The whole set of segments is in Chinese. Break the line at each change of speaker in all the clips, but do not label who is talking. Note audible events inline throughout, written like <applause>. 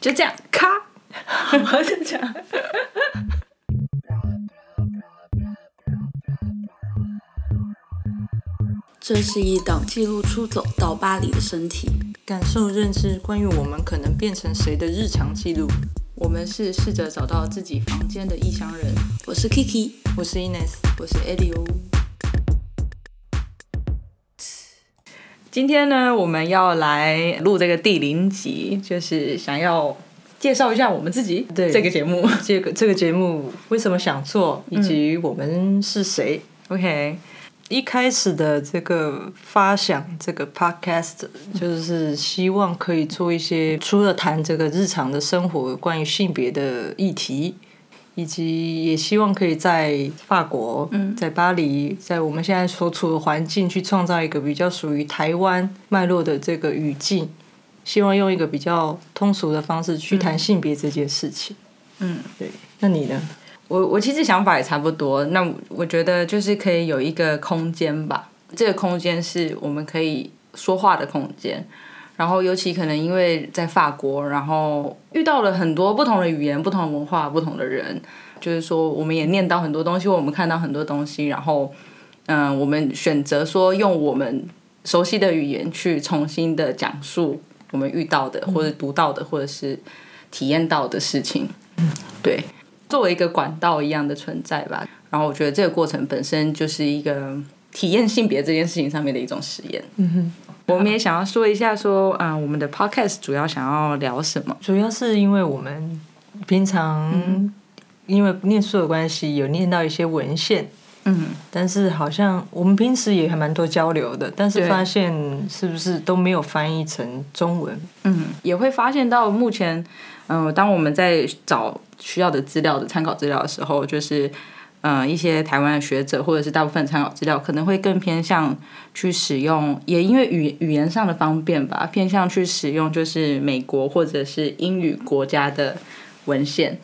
就这样，咔，
我就这样。
<laughs> 这是一档记录出走到巴黎的身体。
感受、认知关于我们可能变成谁的日常记录。我们是试着找到自己房间的异乡人。
我是 Kiki，
我是 Ines，我是 Elio。今天呢，我们要来录这个第零集，就是想要介绍一下我们自己。
对
这个节目，
<laughs> 这个这个节目为什么想做，以及我们是谁。OK，一开始的这个发想，这个 Podcast 就是希望可以做一些除了谈这个日常的生活，关于性别的议题。以及也希望可以在法国、在巴黎、在我们现在所处的环境，去创造一个比较属于台湾脉络的这个语境。希望用一个比较通俗的方式去谈性别这件事情。
嗯，
对。那你呢？
我我其实想法也差不多。那我我觉得就是可以有一个空间吧，这个空间是我们可以说话的空间。然后，尤其可能因为在法国，然后遇到了很多不同的语言、不同的文化、不同的人，就是说我们也念到很多东西，我们看到很多东西，然后，嗯，我们选择说用我们熟悉的语言去重新的讲述我们遇到的，或者读到的，或者是体验到的事情。对，作为一个管道一样的存在吧。然后我觉得这个过程本身就是一个体验性别这件事情上面的一种实验。嗯哼，我们也想要说一下说，嗯、我们的 podcast 主要想要聊什么？
主要是因为我们平
嗯
常因为念书的关系，有念到一些文献，
嗯，
但是好像我们平时也还蛮多交流的，但是
对
发现是不是都没有翻译成中文？
嗯，也会发现到目前，嗯、当我们在找需要的资料的参考资料的时候，就是。嗯，一些台湾的学者或者是大部分参考资料，可能会更偏向去使用，也因为语语言上的方便吧，偏向去使用就是美国或者是英语国家的文献。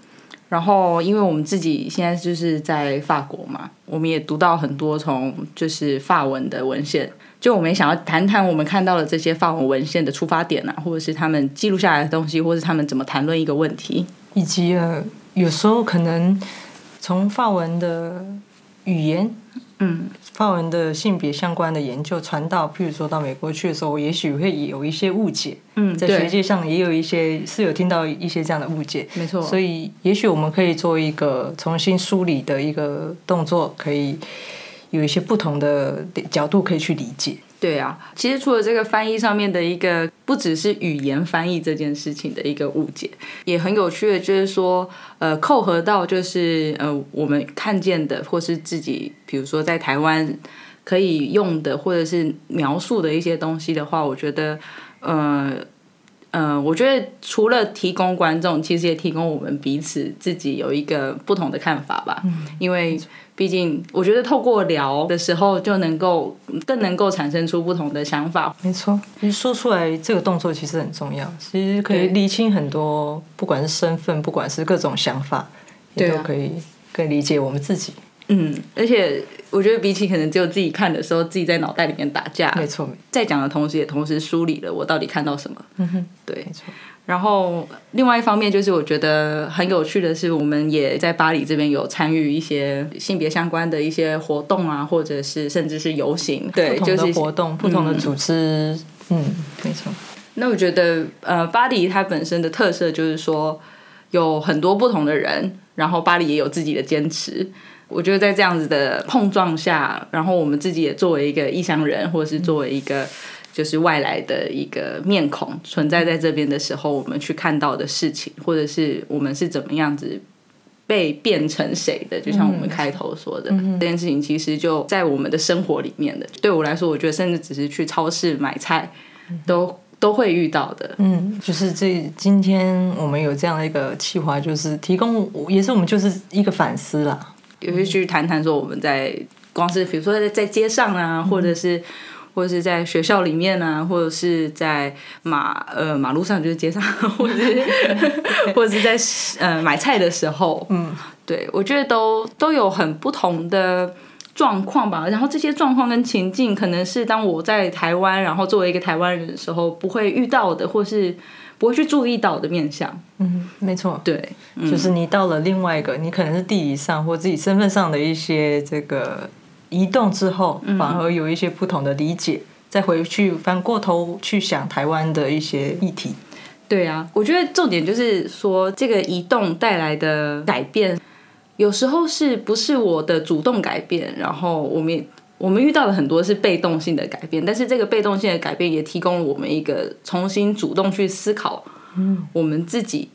然后，因为我们自己现在就是在法国嘛，我们也读到很多从就是法文的文献，就我们也想要谈谈我们看到的这些法文文献的出发点啊，或者是他们记录下来的东西，或是他们怎么谈论一个问题。
以及呃，有时候可能从法文的语言、
嗯
法文的性别相关的研究传到，譬如说到美国去的时候，我也许会有一些误解，
嗯，
在学
对，
界上也有一些是有听到一些这样的误解，
没错，
所以也许我们可以做一个重新梳理的一个动作，可以有一些不同的角度可以去理解。
对啊，其实除了这个翻译上面的一个，不只是语言翻译这件事情的一个误解，也很有趣的，就是说，呃，扣合到就是呃，我们看见的，或是自己，呃比如说在台湾可以用的，或者是描述的一些东西的话，我觉得，呃。呃，我觉得除了提供观众，其实也提供我们彼此自己有一个不同的看法吧。嗯、因为毕竟，我觉得透过聊的时候，就能够更能够产生出不同的想法。
没错，其实说出来这个动作其实很重要，其实可
对
以厘清很多，不管是身份，不管是各种想法，也
对啊
都可以更理解我们自己。
嗯，而且我觉得比起可能只有自己看的时候，自己在脑袋里面打架，
没错，
在讲的同时，也同时梳理了我到底看到什么。
嗯哼，
对
没，错。
然后另外一方面就是我觉得很有趣的是，我们也在巴黎这边有参与一些性别相关的一些活动啊，或者是甚至是游行，对，
不同
就是
的活动，不同的组织，嗯没错，
那我觉得，呃，巴黎它本身的特色就是说，有很多不同的人，然后巴黎也有自己的坚持。我觉得在这样子的碰撞下，然后我们自己也作为一个异乡人，或者是作为一个就是外来的一个面孔存在在这边的时候，我们去看到的事情，或者是我们是怎么样子被变成谁的，就像我们开头说的、这件事情，其实就在我们的生活里面的。对我来说，我觉得甚至只是去超市买菜，都都会遇到的。
嗯，就是这今天我们有这样的一个计划，就是提供，也是我们就是一个反思啦，
也会去谈谈说我们在光是比如说在在街上
嗯
啊，或者是。或者是在学校里面啊，或者是在马呃马路上，就是街上， <laughs> 或者
<laughs>
是或者是在呃买菜的时候，
嗯，
对我觉得都都有很不同的状况吧。然后这些状况跟情境，可能是当我在台湾，然后作为一个台湾人的时候不会遇到的，或是不会去注意到的面相。
嗯，没错，
对，嗯
就是你到了另外一个，你可能是地理上或自己身份上的一些这个移动之后，
嗯
反而有一些不同的理解，再回去翻过头去想台湾的一些议题。
对啊，我觉得重点就是说，这个移动带来的改变，有时候是不是我的主动改变，然后我们也我们遇到了很多是被动性的改变，但是这个被动性的改变也提供了我们一个重新主动去思考，我们自己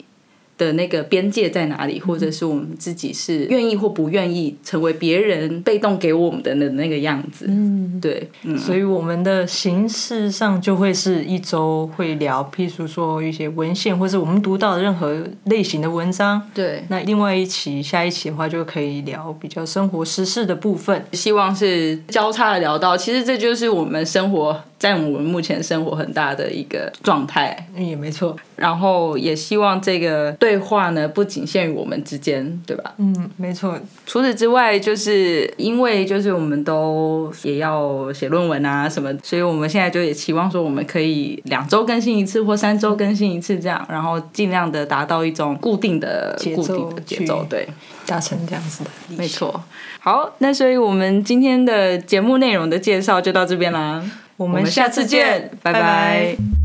的那个边界在哪里，或者是我们自己是愿意或不愿意成为别人被动给我们的那个样子。嗯，对，嗯，
所以我们的形式上就会是一周会聊，譬如说一些文献，或是我们读到的任何类型的文章。
对，
那另外一期下一期的话，就可以聊比较生活时事的部分。
希望是交叉的聊到，其实这就是我们生活在我们目前生活很大的一个状态。
嗯，也没错。
然后也希望这个对话呢，不仅限于我们之间，对吧？
嗯，没错。
除此之外，就是因为就是我们都也要写论文啊什么，所以我们现在就也期望说，我们可以两周更新一次或三周更新一次这样，然后尽量的达到一种固定的
节
固
奏
定的节
去
奏，对。
达成这样子的理想，
没错。好，那所以我们今天的节目内容的介绍就到这边啦，我
我
们
们
下
下
次
次
见
见，，
拜拜
拜拜